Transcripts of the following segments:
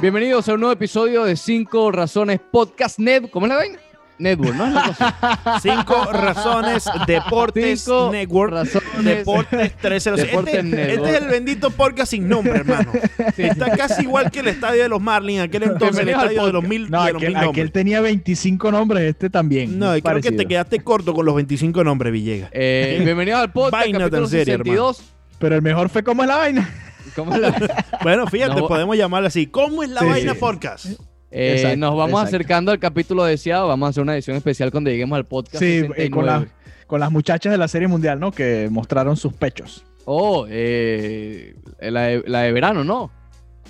Bienvenidos a un nuevo episodio de 5 Razones Podcast Net. ¿Cómo es la vaina? Network, ¿no? Es la cosa. Cinco razones, Deportes Cinco Network. Razones. Deportes 306. Deportes este, Network. este es el bendito podcast sin nombre, hermano. Está casi igual que el estadio de los Marlins, aquel entonces, el Bienvenidos al estadio de los mil, No, de los aquel, mil aquel nombres. tenía 25 nombres, este también. No, muy y creo que parecido. te quedaste corto con los 25 nombres, Villegas. Eh, bienvenidos al podcast, Vaina tan capítulo seria, 62. Pero el mejor fue como es la vaina. ¿Cómo es la- Bueno, fíjate, No. podemos llamarlo así. ¿Cómo es la Sí, vaina sí. podcast? Eh, Exacto, nos vamos exacto. acercando al capítulo deseado. Vamos a hacer una edición especial cuando lleguemos al podcast. Sí, eh, 69. con, las- con las muchachas de la Serie Mundial, ¿no? Que mostraron sus pechos. Oh, eh, la, de, la de verano, ¿no?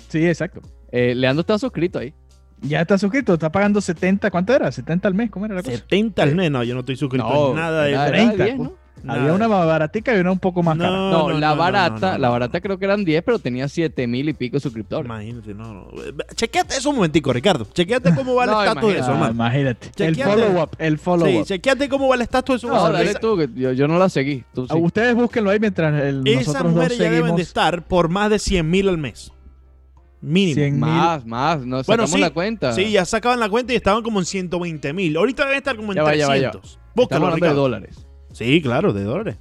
Sí, exacto. Eh, Leandro está suscrito ahí. Ya está suscrito, está pagando 70, ¿cuánto era? 70 al mes, ¿cómo era la cosa? 70 al mes. No, yo no estoy suscrito en nada de era 30, 10, ¿no? nada. Había una más baratica y una un poco más cara. No, la no, no, barata, no, no. la barata creo que eran 10, pero tenía 7 mil y pico suscriptores. Imagínate, no, no. Chequeate eso un momentico, Ricardo. Chequeate cómo va el No, estatus de imagínate. eso, Ah, hermano. imagínate. El Chequeate. follow-up, Sí, el follow-up. chequeate cómo va el estatus de su No, dale esa- tú, que yo, yo no la seguí. Tú sí. Ah, Ustedes búsquenlo ahí mientras el- Esas nosotros dos mujeres ya deben de seguimos. estar por más de 100 mil al mes. Mínimo. 100 mil. Más, más, no Bueno, sacamos sí, la cuenta. Sí, ya sacaban la cuenta y estaban como en 120 mil. Ahorita deben estar como en Ya va, ya va, ya 300. Estamos Búscalo, hablando de Ricardo. dólares, Sí, claro, de dólares.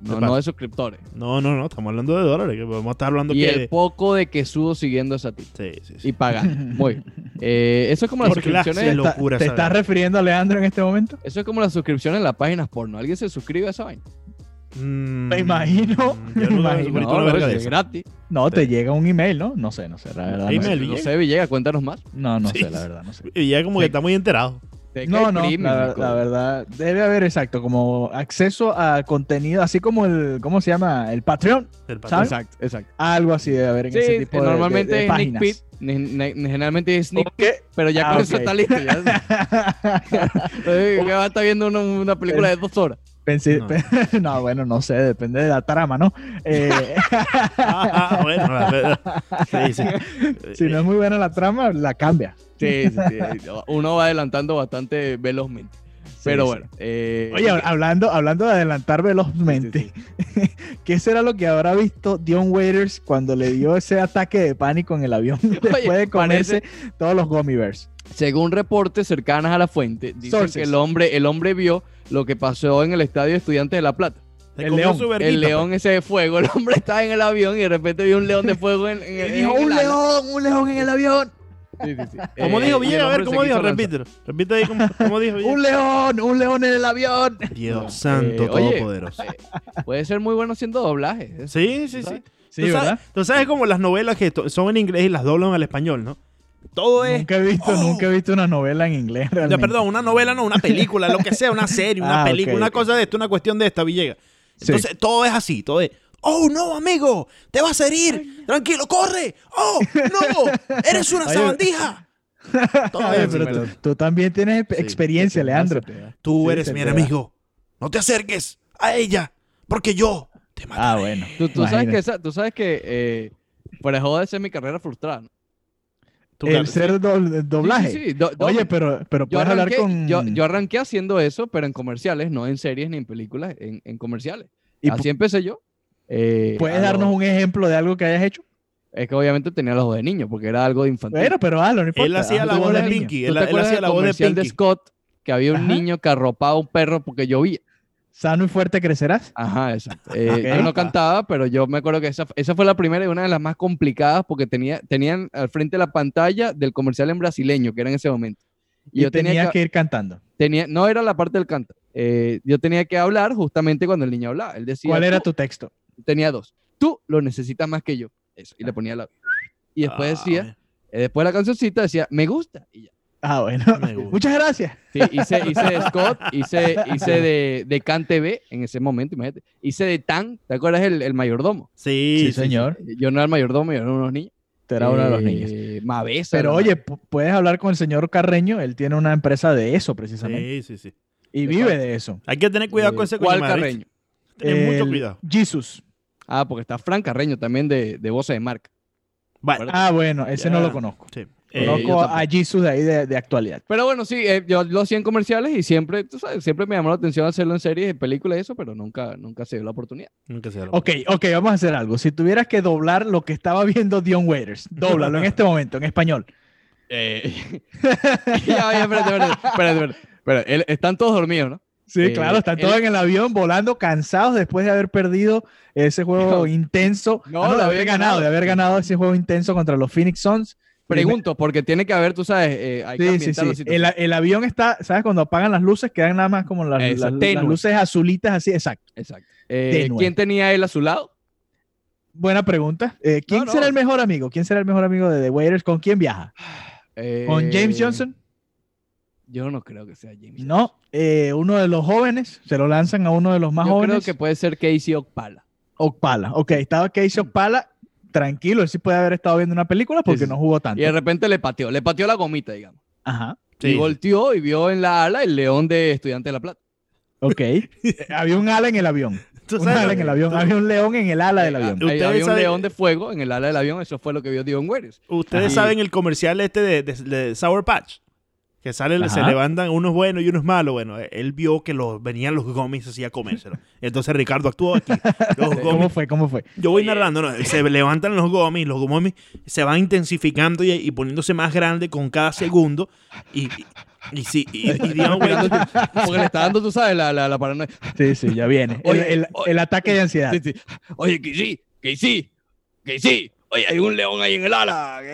no, pasa? no de suscriptores. No, no, no, estamos hablando de dólares. Que vamos a estar hablando Y que... el poco de que subo siguiendo esa tipa. Sí, sí, sí. Y pagando. Muy bien. Eh, eso es como las Porque la- ¿Te suscripciones. está- locura, ¿Te ¿sabes? estás refiriendo a Leandro en este momento? Eso es como las suscripciones en las páginas porno. ¿Alguien se suscribe a esa vaina? Mm, Me imagino, Yo me no me imagino. suscrito a una verga de es esa. gratis. No, te llega un email, ¿no? No sé, no sé, la verdad. no sé. Email. No Villegas. sé, Villegas, cuéntanos más. No, no Sí. sé, la verdad, no sé. Y ya como Sí. que está muy enterado. Te No, cae no, premium, la, Nico. la verdad, debe haber exacto, como acceso a contenido, así como el, ¿cómo se llama? El Patreon, El patrón. ¿sabes? Exacto, exacto. Algo así debe haber en Sí, ese tipo de- de, normalmente de es Nick páginas. Pit. ne- ne- Generalmente es Nick Ok. Pero ya Ah, con eso ok. está listo. Ya. Oye, ¿qué va a estar viendo uno- una película de dos horas. Pensé- No. pe- no. bueno, no sé, depende de la trama, ¿no? Eh, Ah, bueno, la verdad. Sí, sí. si no es muy buena la trama, la cambia. Sí, sí, sí. Uno va adelantando bastante velozmente. Pero sí. bueno. eh, Oye, hablando, hablando de adelantar sí, velozmente, sí, sí. ¿Qué será lo que habrá visto Dion Waiters cuando le dio ese ataque de pánico en el avión después de comerse todos los gummy bears? Según reportes cercanas a la fuente, dicen Sources. que el hombre, el hombre vio lo que pasó en el estadio Estudiantes de La Plata. Se El comió león. su verguita, el león ese de fuego, el hombre estaba en el avión y de repente vio un león de fuego en, en- Y en dijo, el "Un ala". león, un león en el avión, Sí, sí, sí. Como Eh, dijo y el Villegas, a ver hombre se cómo dijo, quiso lanzar. repítelo. Repite ahí cómo, cómo dijo Villegas. un león, un león en el avión. Dios No, santo, eh, oye. todopoderoso. Puede ser muy bueno haciendo doblajes. Sí, sí, sí. ¿Sabes? Sí, ¿Tú, ¿verdad? sabes, tú sabes como las novelas que to- son en inglés y las doblan al español, ¿no? Todo es... Nunca he visto, Oh. nunca he visto una novela en inglés realmente. Ya, perdón, una novela no, una película, lo que sea, una serie, una Ah, ok, película, una ok. cosa de esto, una cuestión de esta, Villegas. Sí. Entonces, todo es así, todo es... Oh, no, amigo, te vas a herir. Tranquilo, corre. Oh, no, eres una Oye. sabandija. Todo Oye, es pero así. tú, tú también tienes Sí, experiencia, Leandro. Tú Sí, eres se mi entera. enemigo. No te acerques a ella, porque yo te mataré. Ah, bueno. Tú, tú sabes Imagínate. que, esa- tú sabes que eh, fuera de joda, esa es mi carrera frustrada. ¿no? el ser doble- doblaje. Sí, sí, sí, do- Oye, doble. pero, pero yo puedes arranqué, hablar con... yo, yo arranqué haciendo eso, pero en comerciales, no en series ni en películas, en, en comerciales. y Así pu- empecé yo. Eh, a ¿Puedes lo- darnos un ejemplo de algo que hayas hecho? Es que obviamente tenía los ojos de niño, porque era algo de infantil. Bueno, pero hazlo, no importa. Ah, Él hacía haz la tu voz de niño. Pinky. ¿Tú Él, te él acuerdas hacía del la voz de comercial de Pinky. Scott que había un Ajá. niño que arropaba a un perro porque llovía? Sano y fuerte crecerás. Ajá, exacto. Eh, Ok. Yo no cantaba, pero yo me acuerdo que esa, esa fue la primera y una de las más complicadas porque tenía, tenían al frente la pantalla del comercial en brasileño, que era en ese momento. Y yo tenía, que ir cantando. tenía- no era la parte del canto. Eh, yo tenía que hablar justamente cuando el niño hablaba. Él decía, ¿Cuál era "Tú", tu Ah. texto? Tenía dos. Tú lo necesitas más que yo. Eso. Y le ponía la... Ah, Y después decía, eh, después de la cancioncita decía, me gusta. Y ya. Ah, bueno. Ah, me gusta. Muchas gracias. Sí, hice, hice de Scott, hice, hice de, de Can TV en ese momento, imagínate. Hice de Tan, ¿te acuerdas? El, el mayordomo. Sí, sí, señor. Yo no era el mayordomo, yo era unos niños. Te era uno de los niños. Eh, Mabeza. Pero ¿no? oye, pu- puedes hablar con el señor Carreño. Él tiene una empresa de eso, precisamente. Sí, sí, sí. Y vive de eso. Hay que tener cuidado Eh, con ese ¿Cuál coño madre. Carreño? Ten mucho El cuidado. Jesus. Ah, porque está Fran Carreño también de, de Voces de Marca. Vale. Ah, bueno, ese no Ya. lo conozco. Sí. Eh, yo Conozco tampoco. a Jesus de ahí de, de actualidad. Pero bueno, sí, eh, yo lo hacía en comerciales y siempre, tú sabes, siempre me llamó la atención hacerlo en series, en películas y eso, pero nunca, nunca se dio la oportunidad. Nunca se lo- Ok, ok, vamos a hacer algo. Si tuvieras que doblar lo que estaba viendo Dion Waiters, dóblalo en este momento, en español. Eh, ya, ya, espérate, espérate, espérate, espérate. Espérate, él- están todos dormidos, ¿no? Sí, Eh, claro, están el- todos en el avión volando cansados después de haber perdido ese juego No. intenso. No, Ah, lo de habían haber ganado, ganado. de haber ganado ese juego intenso contra los Phoenix Suns. Pregunto, porque tiene que haber, tú sabes, eh, hay que Sí, sí, ambientar la sí. situación. Eh, El, el avión está, ¿sabes? Cuando apagan las luces, quedan nada más como las, Eso, las- las tenue. luces azulitas, así, exacto. Exacto. Eh, Tenue. ¿Quién tenía él a su lado? Buena pregunta. Eh, ¿Quién No, no. será el mejor amigo? ¿Quién será el mejor amigo de The Waiters? ¿Con quién viaja? ¿Con James Eh, Johnson? Yo no creo que sea James Johnson. No. Eh, uno de los jóvenes, se lo lanzan a uno de los más yo jóvenes. creo que puede ser Casey Okpala. Okpala. Ok, estaba Casey Okpala, tranquilo, él sí puede haber estado viendo una película porque Mm. Sí, sí. no jugó tanto. Y de repente le pateó, le pateó la gomita, digamos. Ajá. y Sí. volteó y vio en la ala el león de Estudiante de la Plata. Ok. Había un ala en el avión. Tú Un sabes ala lo en que- el avión. tú- Había un león en el ala del Ah, avión. ahí Ustedes había un saben- león de fuego en el ala del avión, eso fue lo que vio Dion Waiters. Ustedes Ajá. saben el comercial este de, de- de Sour Patch. Que sale, se Ajá. levantan unos buenos y unos malos. Bueno, él vio que los, venían los gomis así a comérselos. Entonces Ricardo actuó aquí. Los gomis Eh, ¿Cómo fue? ¿Cómo fue? Yo voy narrando, ¿no? se levantan los gomis, los gomis se van intensificando y, y poniéndose más grande con cada segundo. Y, y, y sí, y, y Dion Waiters- Porque le está dando, tú sabes, la, la, la paranoia. Sí, sí, ya viene. El, Oye, el- oye. el ataque de ansiedad. Sí, sí. Oye, Casey, Casey, Casey. Oye, hay un león ahí en el ala.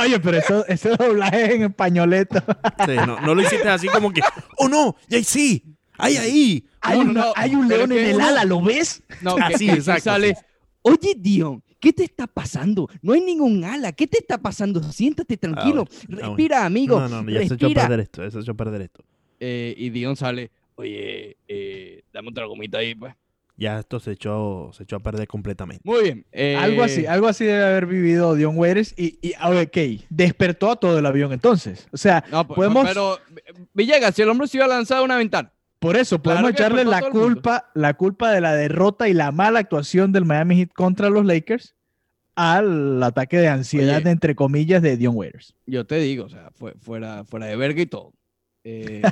Oye, pero eso, ese doblaje es en españoleto. Sí, no, no lo hiciste así como que, oh no, ya sí, hay ahí. Hay, No, no, una- no, hay un pero león es en que el uno- ala, ¿lo ves? No, Así, Casey exacto, sale. Oye, Dion, ¿qué te está pasando? No hay ningún ala. ¿Qué te está pasando? Siéntate tranquilo. bueno. Ah. Respira, amigo. no, no, no, ya se echó a respira. perder esto, ya se echó a perder esto. Eh, y Dion sale. Oye, eh, dame otra gomita ahí, pues. Ya esto se echó, se echó a perder completamente. Muy bien. eh, Algo así, algo así debe haber vivido Dion Waiters. Y, y ah, ok, despertó a todo el avión entonces. O sea, No, p- podemos- pero Villegas, si el hombre se iba a lanzar a una ventana. por eso Claro podemos que echarle despertó a la todo el mundo. culpa, la culpa de la derrota y la mala actuación del Miami Heat contra los Lakers al ataque de ansiedad, Oye. entre comillas, de Dion Waiters. Yo te digo, o sea, fue, fuera, fuera de verga y todo. Eh,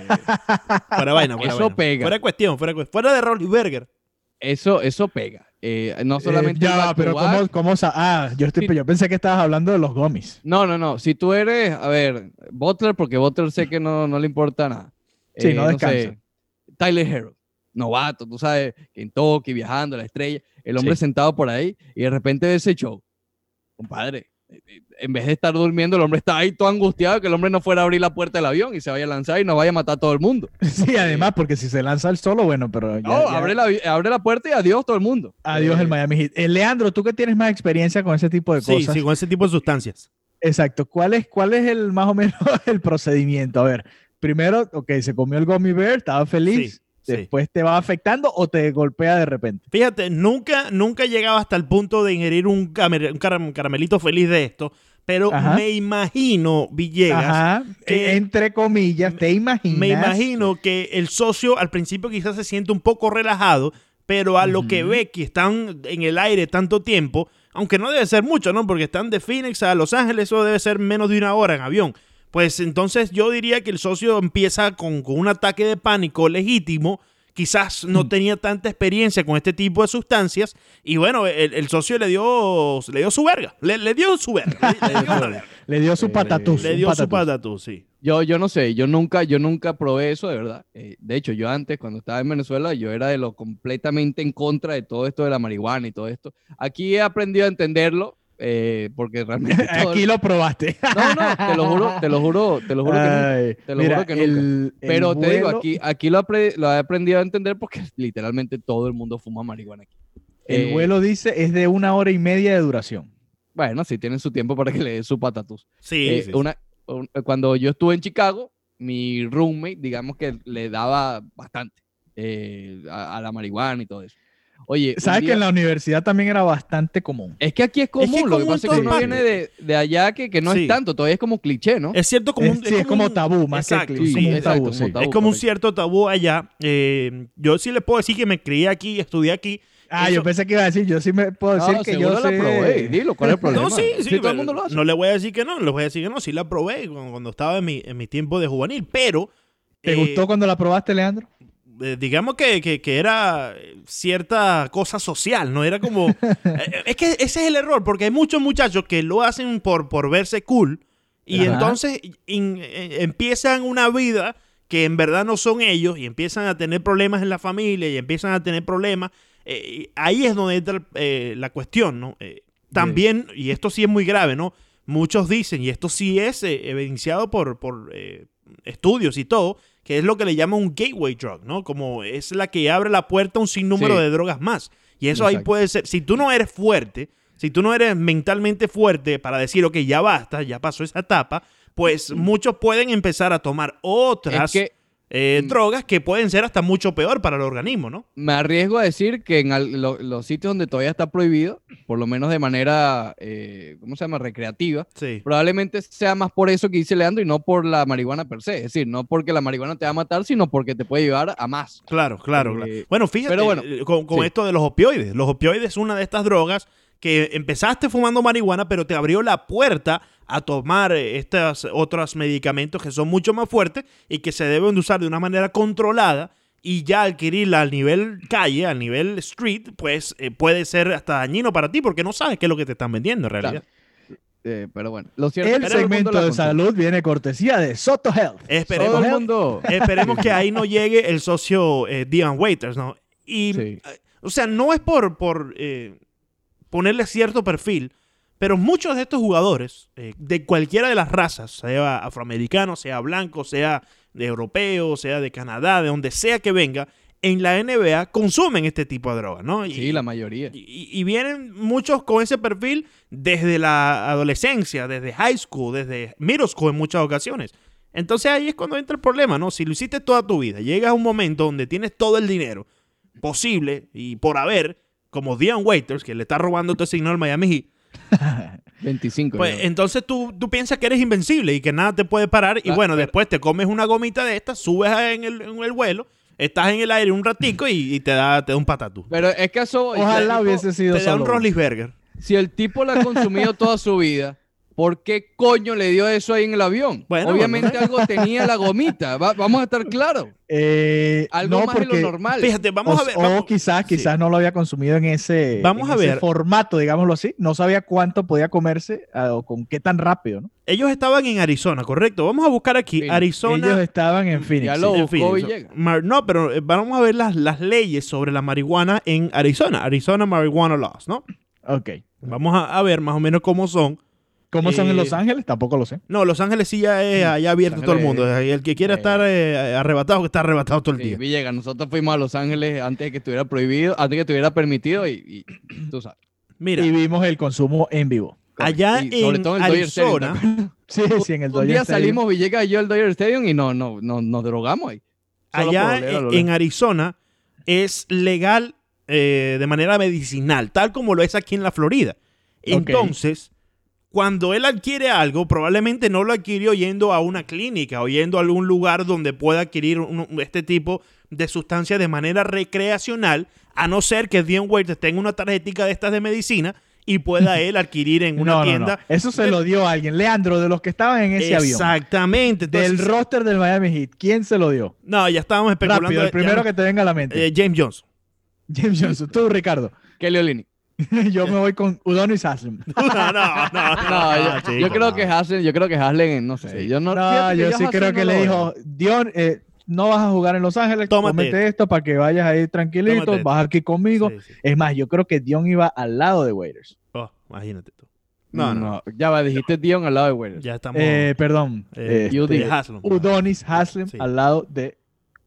Fuera vaina, fuera Eso vaina. pega. Fuera cuestión, fuera cuestión. Fuera de Rolly Berger. eso, eso pega. Eh, no solamente. Eh, ya, el va, back to pero back. ¿cómo, cómo sa- Ah, yo, estoy, Sí. yo pensé que estabas hablando de los gomis. No, no, no. Si tú eres, a ver, Butler, porque Butler sé que no, no le importa nada. Mm. Eh, Sí, no descansa. sé, Tyler Hero, novato, tú sabes, Kentucky, viajando, la estrella, el hombre Sí. sentado por ahí y de repente ve ese show. Compadre, eh, eh, en vez de estar durmiendo, el hombre está ahí todo angustiado que el hombre no fuera a abrir la puerta del avión y se vaya a lanzar y no vaya a matar a todo el mundo. Sí, además, porque si se lanza el solo, bueno, pero ya- No, ya- Abre, la, vi- abre la puerta y adiós todo el mundo. Adiós Eh, el Miami Heat. Eh, Leandro, tú que tienes más experiencia con ese tipo de Sí, cosas. sí, con ese tipo de sustancias. Exacto. ¿Cuál es, ¿Cuál es el más o menos el procedimiento? A ver, primero, ok, se comió el gummy bear, estaba feliz. Sí, sí. Después te va afectando o te golpea de repente. Fíjate, nunca, nunca he llegado hasta el punto de ingerir un, camer- un caram- caramelito feliz de esto, pero Ajá. me imagino, Villegas, Ajá. Que, Eh, entre comillas, te imaginas. me imagino que el socio al principio quizás se siente un poco relajado, pero a lo que Ujú. ve que están en el aire tanto tiempo, aunque no debe ser mucho, ¿no? Porque están de Phoenix a Los Ángeles, eso debe ser menos de una hora en avión. Pues entonces yo diría que el socio empieza con, con un ataque de pánico legítimo. Quizás no Mm. tenía tanta experiencia con este tipo de sustancias. Y bueno, el, el socio le dio, le dio su verga. Le, le dio su verga. Le, le dio, una verga. Le dio Eh, su patatús. Le un dio su patatús. patatú, sí. Yo, yo no sé, yo nunca, yo nunca probé eso, de verdad. Eh, de hecho, yo antes, cuando estaba en Venezuela, yo era de lo completamente en contra de todo esto de la marihuana y todo esto. Aquí he aprendido a entenderlo, eh, porque realmente... todo- Aquí lo probaste. No, no, te lo juro, te lo juro, te lo juro que nunca. Ay, te lo mira, juro que nunca. el- Ah, el Pero te digo, vuelo- aquí, aquí lo, apre- lo he aprendido a entender porque literalmente todo el mundo fuma marihuana aquí. El Eh, vuelo dice es de una hora y media de duración. Bueno, sí, tienen su tiempo para que le dé su patatús. Sí, Eh, sí, sí. una- un- eh, cuando yo estuve en Chicago, mi roommate, digamos que le daba bastante eh, a, a la marihuana y todo eso. Oye, un Sabes día- que en la universidad también era bastante común. es que aquí es común, lo que pasa común es todo que el uno país. viene de, de allá que, que no Sí. es tanto, todavía es como cliché, ¿no? Es cierto como Es- un- Eh, sí, es como un- tabú, más que Exacto, cliché, es sí, como un exacto. tabú, sí. Es como un correcto. cierto tabú allá. Eh, yo sí le puedo decir que me crié aquí, estudié aquí, Ah, yo Eso- pensé que iba a decir, yo sí me puedo decir No, que yo seguro la sé- probé. Dilo, ¿cuál es el problema? No, sí, sí, Si todo pero el mundo lo hace. No le voy a decir que no, le voy a decir que no, sí la probé cuando, cuando estaba en mi, en mi tiempo de juvenil, pero... ¿Te eh, gustó cuando la probaste, Leandro? eh, digamos que, que- que era eh, cierta cosa social, ¿no? Era como... eh, es que ese es el error, porque hay muchos muchachos que lo hacen por, por verse cool y Ajá. entonces in- eh, empiezan una vida que en verdad no son ellos y empiezan a tener problemas en la familia y empiezan a tener problemas. eh, y ahí es donde entra eh, la cuestión, ¿no? Eh, también, y esto sí es muy grave, ¿no? Muchos dicen, y esto sí es eh, evidenciado por, por eh, estudios y todo, que es lo que le llaman un gateway drug, ¿no? Como es la que abre la puerta a un sinnúmero Sí. de drogas más. Y eso ahí Exacto. puede ser, si tú no eres fuerte, si tú no eres mentalmente fuerte para decir, ok, ya basta, ya pasó esa etapa, pues muchos pueden empezar a tomar Mm. Es otras que eh, Mm. drogas que pueden ser hasta mucho peor para el organismo, ¿no? me arriesgo a decir que en al- lo- los sitios donde todavía está prohibido, por lo menos de manera, eh, ¿cómo se llama? Recreativa, Sí. probablemente sea más por eso que dice Leandro y no por la marihuana per se. Es decir, no porque la marihuana te va a matar, sino porque te puede llevar a más. Claro, Eh, claro, claro. Bueno, fíjate pero bueno, eh, con, con sí. esto de los opioides. Los opioides es una de estas drogas que empezaste fumando marihuana, pero te abrió la puerta a tomar eh, estas otros medicamentos que son mucho más fuertes y que se deben de usar de una manera controlada y ya adquirirla al nivel calle, al nivel street, pues eh, puede ser hasta dañino para ti porque no sabes qué es lo que te están vendiendo en realidad. Claro. Eh, pero bueno, lo cierto es El que todo mundo segmento la Eh, de consume. salud viene cortesía de Soto Health. Esperemos Todo el Soto mundo. Esperemos que ahí no llegue el socio eh, Dion Waiters, ¿no? Y, Sí. eh, o sea, no es por, por eh, ponerle cierto perfil, pero muchos de estos jugadores, eh, de cualquiera de las razas, sea afroamericano, sea blanco, sea de europeo, sea de Canadá, de donde sea que venga, en la NBA consumen este tipo de drogas, ¿no? Y- Sí, la mayoría. y, y vienen muchos con ese perfil desde la adolescencia, desde high school, desde middle school en muchas ocasiones. Entonces ahí es cuando entra el problema, ¿no? Si lo hiciste toda tu vida, llegas a un momento donde tienes todo el dinero posible y por haber, como Dion Waiters, que le está robando todo ese dinero al Miami Heat, 25. pues creo. entonces tú, tú piensas que eres invencible y que nada te puede parar. Y Ah, bueno, pero- después te comes una gomita de estas, subes en el, en el vuelo, estás en el aire un ratico y, y te, da, te da un patatú. pero es que eso... Ojalá el tipo- hubiese sido Te da un solo. Rollisberger. Si el tipo la ha consumido toda su vida, ¿por qué coño le dio eso ahí en el avión? Bueno, Obviamente algo tenía la gomita, va- vamos a estar claros. Eh, Algo no, más porque, de lo normal. Fíjate, vamos o, a ver. o vamos- quizás, quizás no lo había consumido en ese, Vamos en a ese ver. formato, digámoslo así. No sabía cuánto podía comerse ah, o con qué tan rápido, ¿no? Ellos estaban en Arizona, correcto. Vamos a buscar aquí Sí. Arizona. Ellos estaban en Phoenix. Ya sí. lo en buscó Phoenix. y llega. Mar- no, pero eh, vamos a ver las, las leyes sobre la marihuana en Arizona. Arizona Marijuana Laws, ¿no? Ok. Vamos a, a ver más o menos cómo son. ¿Cómo son Eh, en Los Ángeles? Tampoco lo sé. No, Los Ángeles sí ya es allá abierto Los todo el Ángeles, mundo. El que quiera eh, estar eh, arrebatado, que está arrebatado todo el Sí, día. Villegas, nosotros fuimos a Los Ángeles antes de que estuviera prohibido, antes de que estuviera permitido y, y tú sabes. Mira, Y vimos el consumo en vivo. allá Y sobre en todo en el Dodger Stadium, ¿te Arizona. Sí, sí, en el Un Dodger día Stadium. salimos Villegas y yo al Dodger Stadium y no, no, no, nos drogamos ahí. Solo por allá e- oler al en- olor. en Arizona es legal eh, de manera medicinal, tal como lo es aquí en la Florida. Entonces, cuando él adquiere algo, probablemente no lo adquirió yendo a una clínica o yendo a algún lugar donde pueda adquirir un- un- este tipo de sustancias de manera recreacional, a no ser que Dion Waiters tenga una tarjetica de estas de medicina y pueda él adquirir en una No, no, no. tienda. Eso se lo dio a alguien. Leandro, de los que estaban en ese avión. Exactamente. Del entonces- roster del Miami Heat. ¿Quién se lo dio? no, ya estábamos especulando. Rápido, el ya- primero que te venga a la mente. eh, James Johnson. James Johnson. Tú, Ricardo. Kelly Olynyk. Yo me voy con Udonis Haslem. no, no, no, No, no, yo, Ah, chico, yo creo no. que Haslen, yo creo que Haslen, no sé, yo no. No, fíjate yo sí Haslen creo que no le lo dijo, Dion, eh, no vas a jugar en Los Ángeles, Tómate cómete esto para que vayas ahí tranquilito, Tómate esto. vas aquí conmigo. Sí, sí. Es más, yo creo que Dion iba al lado de Waiters. Oh, imagínate tú. No, No, no, no, ya va, dijiste Dion al lado de Waiters. Ya estamos. Eh, perdón, eh, este, yo de dije, Haslam. Udonis Haslem Sí. al lado de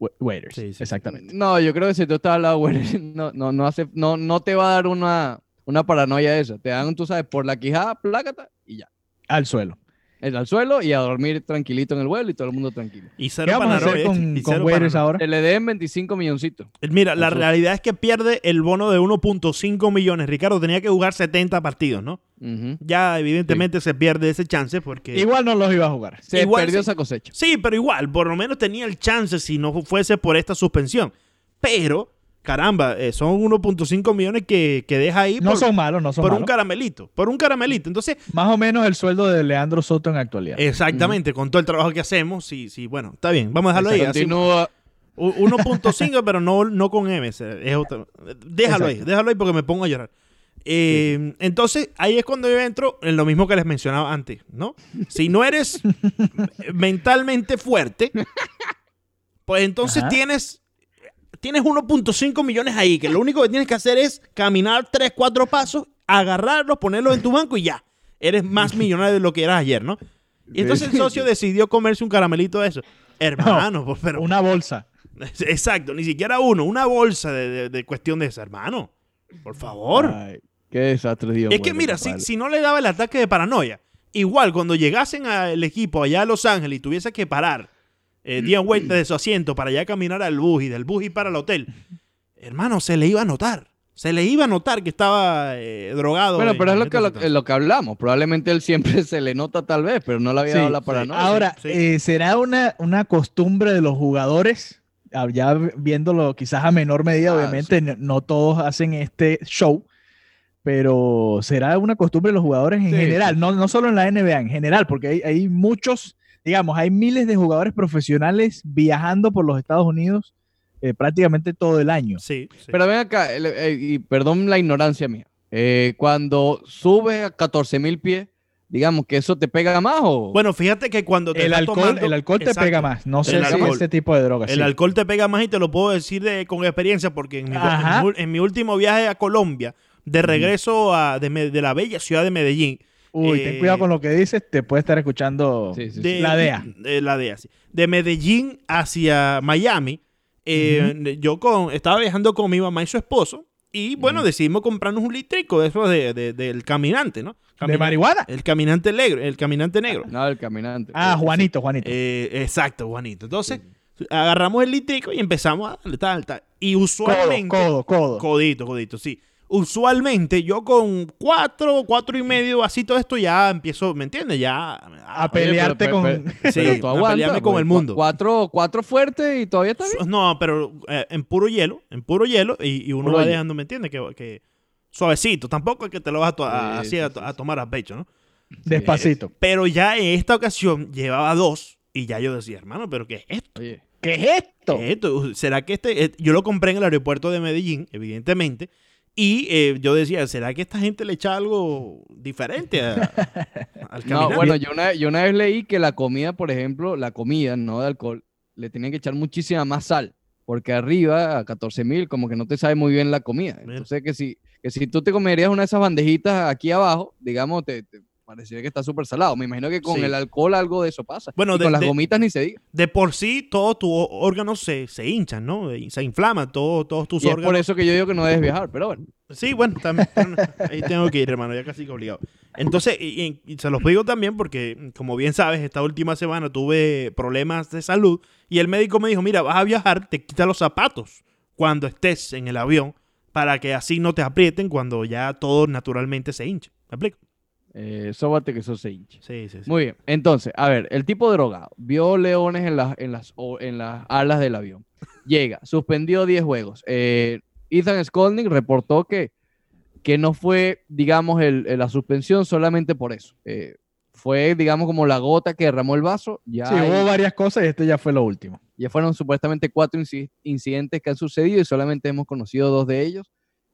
Wa- Waiters. Sí, sí. Exactamente. No, yo creo que si tú estás al lado, güey, no, no, no, hace, no, no te va a dar una, una paranoia esa. Te dan, tú sabes, por la quijada, plácata y ya. Al suelo. El, al suelo y a dormir tranquilito en el vuelo y todo el mundo tranquilo. Y ¿Qué cero vamos a Panaroy, hacer este, con, y con cero Waiters Panaroy. ahora? Que le den 25 milloncitos. Mira, la Nosotros. realidad es que pierde el bono de 1.5 millones. Ricardo tenía que jugar 70 partidos, ¿no? Ujú. Ya evidentemente se pierde ese chance porque... Igual no los iba a jugar. Se Igual perdió sí. esa cosecha. Sí, pero igual, por lo menos tenía el chance si no fuese por esta suspensión. Pero caramba, eh, son 1.5 millones que, que deja ahí No por, son malos, no son por un malos. caramelito, por un caramelito. Entonces, Más o menos el sueldo de Leandro Soto en la actualidad. Eh, exactamente, con todo el trabajo que hacemos, sí, sí, bueno, está bien, vamos a dejarlo ahí. así- Continúa. u- 1.5, pero no, no con M. se- es otra- déjalo ahí, Exacto. déjalo ahí porque me pongo a llorar. Eh, Entonces, ahí es cuando yo entro en lo mismo que les mencionaba antes, ¿no? Si no eres mentalmente fuerte, pues entonces Ajá. tienes tienes 1.5 millones ahí, que lo único que tienes que hacer es caminar 3, 4 pasos, agarrarlos, ponerlos en tu banco y ya. Eres más millonario de lo que eras ayer, ¿no? Y entonces el socio decidió comerse un caramelito de eso. Hermano, pues, pero... Una bolsa. Exacto, ni siquiera uno, una bolsa de, de- de cuestión de esa, hermano. Por favor. Ay, qué desastre, Dios. es que bueno, mira, si, compadre. si no le daba el ataque de paranoia, igual cuando llegasen al equipo allá a Los Ángeles y tuviese que parar, eh, dieran vueltas de su asiento para allá caminar al bus y del bus y para el hotel, hermano, se le iba a notar. Se le iba a notar que estaba eh, drogado. Bueno, en- pero es en lo que, estos lo, entonces. lo que hablamos. Probablemente él siempre se le nota, tal vez, pero no le había Sí, dado la sí. paranoia. Ahora, sí. Ah, eh, ¿será una, una costumbre de los jugadores? Ah, Ya viéndolo quizás a menor medida, Ah, obviamente no, no todos hacen este show, pero será una costumbre de los jugadores en Sí, general, No, no solo en la NBA, en general, porque hay, hay muchos, digamos, hay miles de jugadores profesionales viajando por los Estados Unidos eh, prácticamente todo el año. Sí, sí. Pero ven acá, el- eh, y perdón la ignorancia mía. eh, cuando subes a 14 mil pies, digamos que eso te pega más o. bueno, fíjate que cuando te El estás alcohol, tomando- el alcohol te Exacto. pega más, no sé El si alcohol. ese tipo de drogas. El sí. alcohol te pega más y te lo puedo decir de- con experiencia porque en mi, Ajá. en mi- en mi último viaje a Colombia, de regreso a, de, Me- de la bella ciudad de Medellín, Uy, eh, ten cuidado con lo que dices, te puede estar escuchando. Sí, sí, sí. de, La DEA. de la DEA, sí. De Medellín hacia Miami, eh, yo con, estaba viajando con mi mamá y su esposo y bueno, decidimos comprarnos un litrico de esos de- de- del caminante, ¿no? ¿De Camina- marihuana? El caminante negro, el caminante negro. No, el caminante. Ah, Sí, Juanito, Juanito. Eh, exacto, Juanito. Entonces, agarramos el litrico y empezamos a darle tal, tal. Y usualmente... codo, codo, codo. Codito, codito, sí. Usualmente yo con cuatro, cuatro y medio vasito de esto ya empiezo, ¿me entiendes? Ya a- A pelearte pero- con. sí, Ah, pero tú a aguantas, pelearme con pues, el mundo. cu- Cuatro, cuatro fuertes y todavía está bien. Su- No, pero eh, en puro hielo, en puro hielo y, y uno Puro va hielo. dejando, ¿me entiendes? Que, que suavecito, tampoco es que te lo vas a, to- Sí, a- así sí, a, sí, to- a sí. tomar a pecho, ¿no? Despacito. Pero ya en esta ocasión llevaba dos y ya yo decía, hermano, pero ¿qué es esto? Oye, ¿Qué es esto? ¿Qué es esto? Eh, ¿Será que este? eh, Yo lo compré en el aeropuerto de Medellín, evidentemente. Y eh, yo decía, ¿será que esta gente le echa algo diferente a- al no, caminante? bueno, yo una, yo una vez leí que la comida, por ejemplo, la comida, no de alcohol, le tenían que echar muchísima más sal. Porque arriba, a 14 mil, como que no te sabe muy bien la comida. Mira. Entonces, que si, que si tú te comerías una de esas bandejitas aquí abajo, digamos, te, te parecería que está súper salado. Me imagino que con Sí. el alcohol algo de eso pasa. Bueno, Y de- con las de- gomitas ni se diga. De por sí, todos tus ó- órganos se, se hinchan, ¿no? Y Se inflaman todo- todos tus Y es órganos. por eso que yo digo que no debes viajar, pero bueno. Pues Sí, bueno, también. pero no, ahí tengo que ir, hermano, ya casi que obligado. Entonces, y, y- y se los digo también porque, como bien sabes, esta última semana tuve problemas de salud y el médico me dijo, mira, vas a viajar, te quita los zapatos cuando estés en el avión para que así no te aprieten cuando ya todo naturalmente se hinche. ¿Me explico? Eh, sóbate que eso se hincha. Sí, sí, sí. Muy bien. Entonces, a ver, el tipo drogado vio leones en las, en las, o- en las alas del avión. Llega, suspendió 10 juegos. Eh, Ethan Skolnick reportó que, que no fue, digamos, el- el- la suspensión solamente por eso. Eh, fue, digamos, como la gota que derramó el vaso. Ya, Sí, hubo varias cosas y este ya fue lo último. ya fueron supuestamente cuatro inci- incidentes que han sucedido y solamente hemos conocido dos de ellos,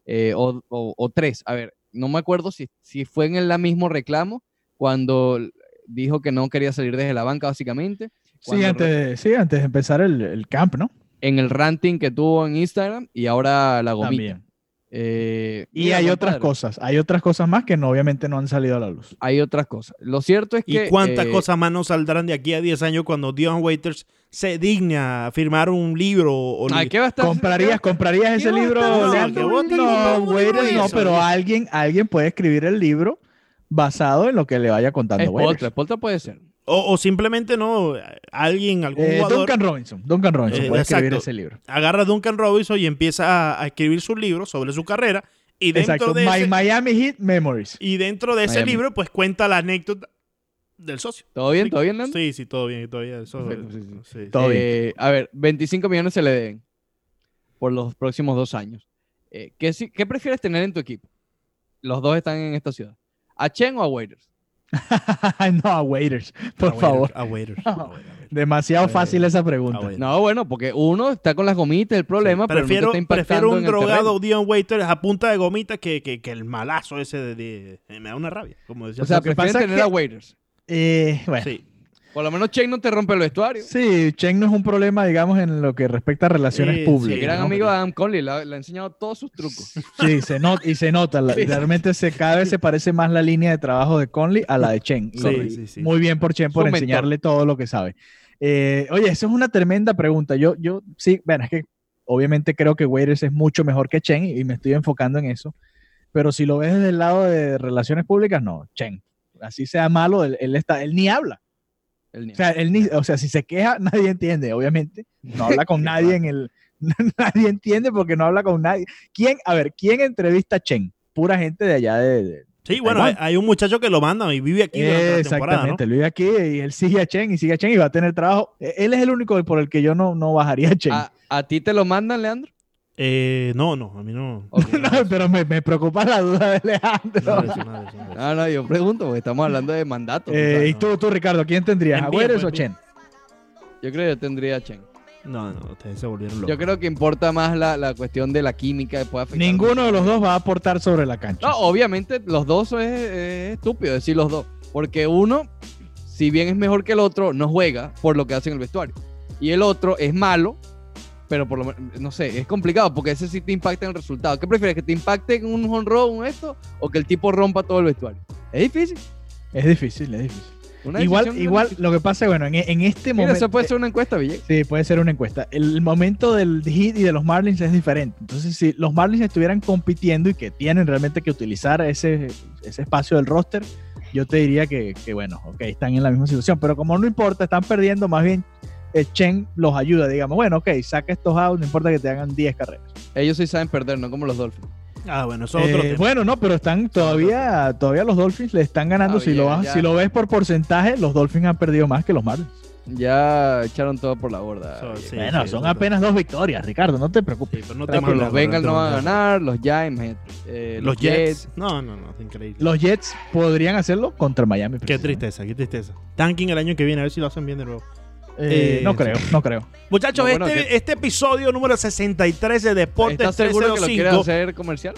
eh, o, o- o tres. A ver, no me acuerdo si, si fue en el mismo reclamo cuando l- dijo que no quería salir desde la banca, básicamente. Sí cuando antes, re- de, sí, antes de empezar el, el camp, ¿no? En el ranting que tuvo en Instagram y ahora la gomita. También. Eh, Y mira, hay otras compadre, cosas, hay otras cosas más que no, obviamente no han salido a la luz. Hay otras cosas. Lo cierto es ¿Y que... cuántas eh, cosas más nos saldrán de aquí a 10 años cuando Dion Waiters se digna a firmar un libro o ay, ¿qué va a estar- ¿Comprarías, comprarías ¿Qué ese va a libro? estar No, Leandro? haciendo que un voten, libro? No, no, no, Waiters, no, no, eso, pero no. alguien, alguien puede escribir el libro basado en lo que le vaya contando Spoltra, Waiters. Spoltra puede ser. O, o simplemente no, alguien, algún Eh, jugador Duncan Robinson, Duncan Robinson Eh, puede escribir exacto. ese libro. agarra a Duncan Robinson y empieza a, a escribir su libro sobre su carrera y dentro Exacto, de My ese, Miami Heat Memories. y dentro de ese Miami. libro pues cuenta la anécdota del socio. ¿Todo bien? ¿Todo bien, Leandro? Sí, sí, todo bien, todo bien. eso- Perfecto, sí, sí. sí, sí. Todo bien. Eh, A ver, 25 millones se le deben. por los próximos dos años. Eh, ¿qué, si- ¿Qué prefieres tener en tu equipo? Los dos están en esta ciudad. ¿A Chen o a Waiters? no, a waiters, por A waiters, favor. A waiters. No. a waiters, a waiters. Demasiado Eh, fácil esa pregunta. a waiters. No, bueno, porque uno está con las gomitas, el problema, pero no te prefiero, está impactando prefiero un en el terreno. drogado Dion Waiters a punta de gomita que, que, que el malazo ese de, de- eh, Me da una rabia, como decía. O sea, Lo que prefieres pasa es tener que- a Waiters. Eh, bueno, sí. sí. Por lo menos Chen no te rompe el vestuario. Chen no es un problema, digamos, en lo que respecta a relaciones Sí, sí, El públicas. gran ¿no? amigo de Adam Conley le ha, le ha enseñado todos sus trucos. Sí, se nota, y se nota. la- Sí. Realmente se, cada vez se parece más la línea de trabajo de Conley a la de Chen. Y- Sí, sí, sí. Muy bien por Chen por Su mentor. enseñarle todo lo que sabe. Eh, oye, eso es una tremenda pregunta. Yo, yo sí, bueno, es que obviamente creo que Waiters es mucho mejor que Chen y, y me estoy enfocando en eso. Pero si lo ves desde el lado de relaciones públicas, no, Chen. Así sea malo, él, él está, él ni habla. El O niño. sea, él ni- o sea, si se queja, nadie entiende, obviamente. No habla con nadie en el. nadie entiende porque no habla con nadie. ¿Quién, a ver, quién entrevista a Chen? Pura gente de allá de. de- Sí, bueno, hay, Taiwán. hay un muchacho que lo manda y vive aquí durante la temporada, ¿no? Exactamente, él vive aquí y él sigue a Chen y sigue a Chen y va a tener trabajo. E- Él es el único por el que yo no, no bajaría a Chen. ¿A, a ti te lo mandan, Leandro? Eh, no, no, a mí no. Ok, No, pero me, me preocupa la duda de Alejandro. Madre, madre, madre. Ah, No, no, yo pregunto, porque estamos hablando de mandato. Eh, o sea, y tú, tú, Ricardo, ¿quién tendrías? En ¿A vivo, Güeres en o pues, vivo. Chen? Yo creo que yo tendría a Chen. No, no, ustedes se volvieron locos. Yo creo que importa más la, la cuestión de la química que puede afectar. Ninguno de los dos va a aportar sobre la cancha. No, obviamente los dos es, es estúpido decir los dos. Porque uno, si bien es mejor que el otro, no juega por lo que hace en el vestuario. Y el otro es malo, pero por lo menos, no sé, es complicado porque ese sí te impacta en el resultado. ¿Qué prefieres? ¿Que te impacte en un honro un esto o que el tipo rompa todo el vestuario? Es difícil. Es difícil, es difícil. Una Igual, decisión igual difícil. lo que pasa, bueno, en, en este Mira, momento. eso puede ser una encuesta, Villegas. Sí, puede ser una encuesta. El momento del Heat y de los Marlins es diferente. Entonces, si los Marlins estuvieran compitiendo y que tienen realmente que utilizar ese, ese espacio del roster, yo te diría que, que, bueno, ok, están en la misma situación. Pero como no importa, están perdiendo, más bien eh, Chen los ayuda. Digamos, bueno, ok, saca estos outs, no importa que te hagan 10 carreras. Ellos sí saben perder, no como los Dolphins. Ah, bueno, eso es otro Eh, tema. bueno, no, pero están todavía, todavía los Dolphins le están ganando. Ah, si, lo bien, vas- ya. si lo ves por porcentaje, los Dolphins han perdido más que los Marlins. Ya echaron todo por la borda. Eso, Villegas. sí, bueno, sí, son eso es otro- apenas dos victorias, Ricardo, no te preocupes. Sí, pero no te Pero mames, los Bengals no van a te- ganar, los Giants, eh, Los Jets. No, no, no, es increíble. Los Jets podrían hacerlo contra Miami. Qué precisamente. tristeza, qué tristeza. Tanking el año que viene, a ver si lo hacen bien de nuevo. Eh, Eh, no creo, no creo. Muchachos, No, bueno, este, que- este episodio número 63 de Deportes ¿Estás seguro que lo quieres 305. hacer comercial?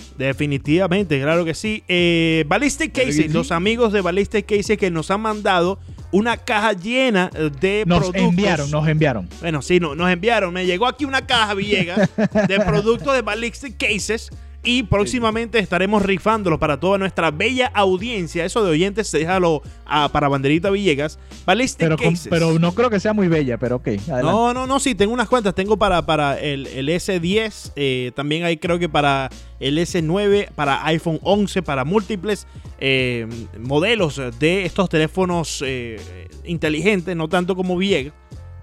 Definitivamente, claro que sí. Eh, Ballistic Claro que Cases, sí. los amigos de Ballistic Cases que nos han mandado una caja llena eh, de Nos productos. enviaron, nos enviaron. Bueno, sí, no, nos enviaron. Me llegó aquí una caja Villegas de productos de Ballistic Cases. Y próximamente estaremos rifándolos para toda nuestra bella audiencia. Eso de oyentes, déjalo ah, para Banderita Villegas. Ballistic Pero, con- Cases. pero no creo que sea muy bella, pero ok. adelante. No, no, no, sí, tengo unas cuantas. Tengo para, para el, el S10, eh, también hay creo que para el S9, para iPhone 11, para múltiples eh, modelos de estos teléfonos eh, inteligentes, no tanto como Vieg.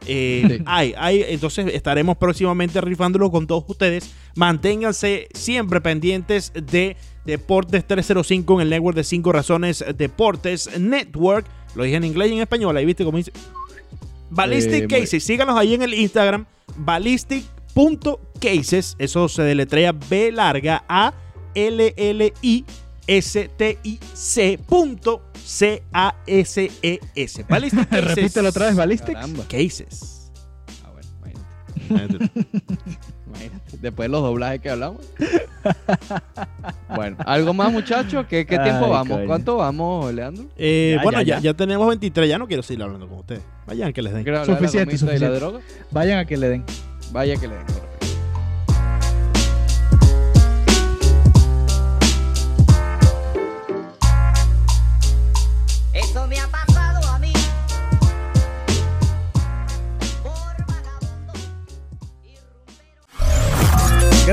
Eh, Sí. hay, hay, entonces estaremos próximamente rifándolo con todos ustedes. Manténganse siempre pendientes de Deportes 305 en el network de 5 razones Deportes Network. Lo dije en inglés y en español, ahí viste cómo dice. Ballistic Eh, muy- Cases, síganos ahí en el Instagram, ballistic.cases, eso se deletrea B larga A L L I S T I C punto C A S E S. Ballistic Cases. Repítelo otra vez, Ballistics. Caramba. Cases. Ah, bueno, imagínate. imagínate. Después de los doblajes que hablamos. bueno, algo más, muchachos. ¿Qué, qué tiempo Ay, vamos? coño. ¿Cuánto vamos, Leandro? Eh, Ya, bueno, ya, ya, ya. ya tenemos 23, ya no quiero seguir hablando con ustedes. Vayan que les den. Quiero hablar de la Suficiente, comida y la suficiente. droga? Vayan a que le den. Vaya que le den. Eso me ha pasado a mí. Por vagabundo y rumbero.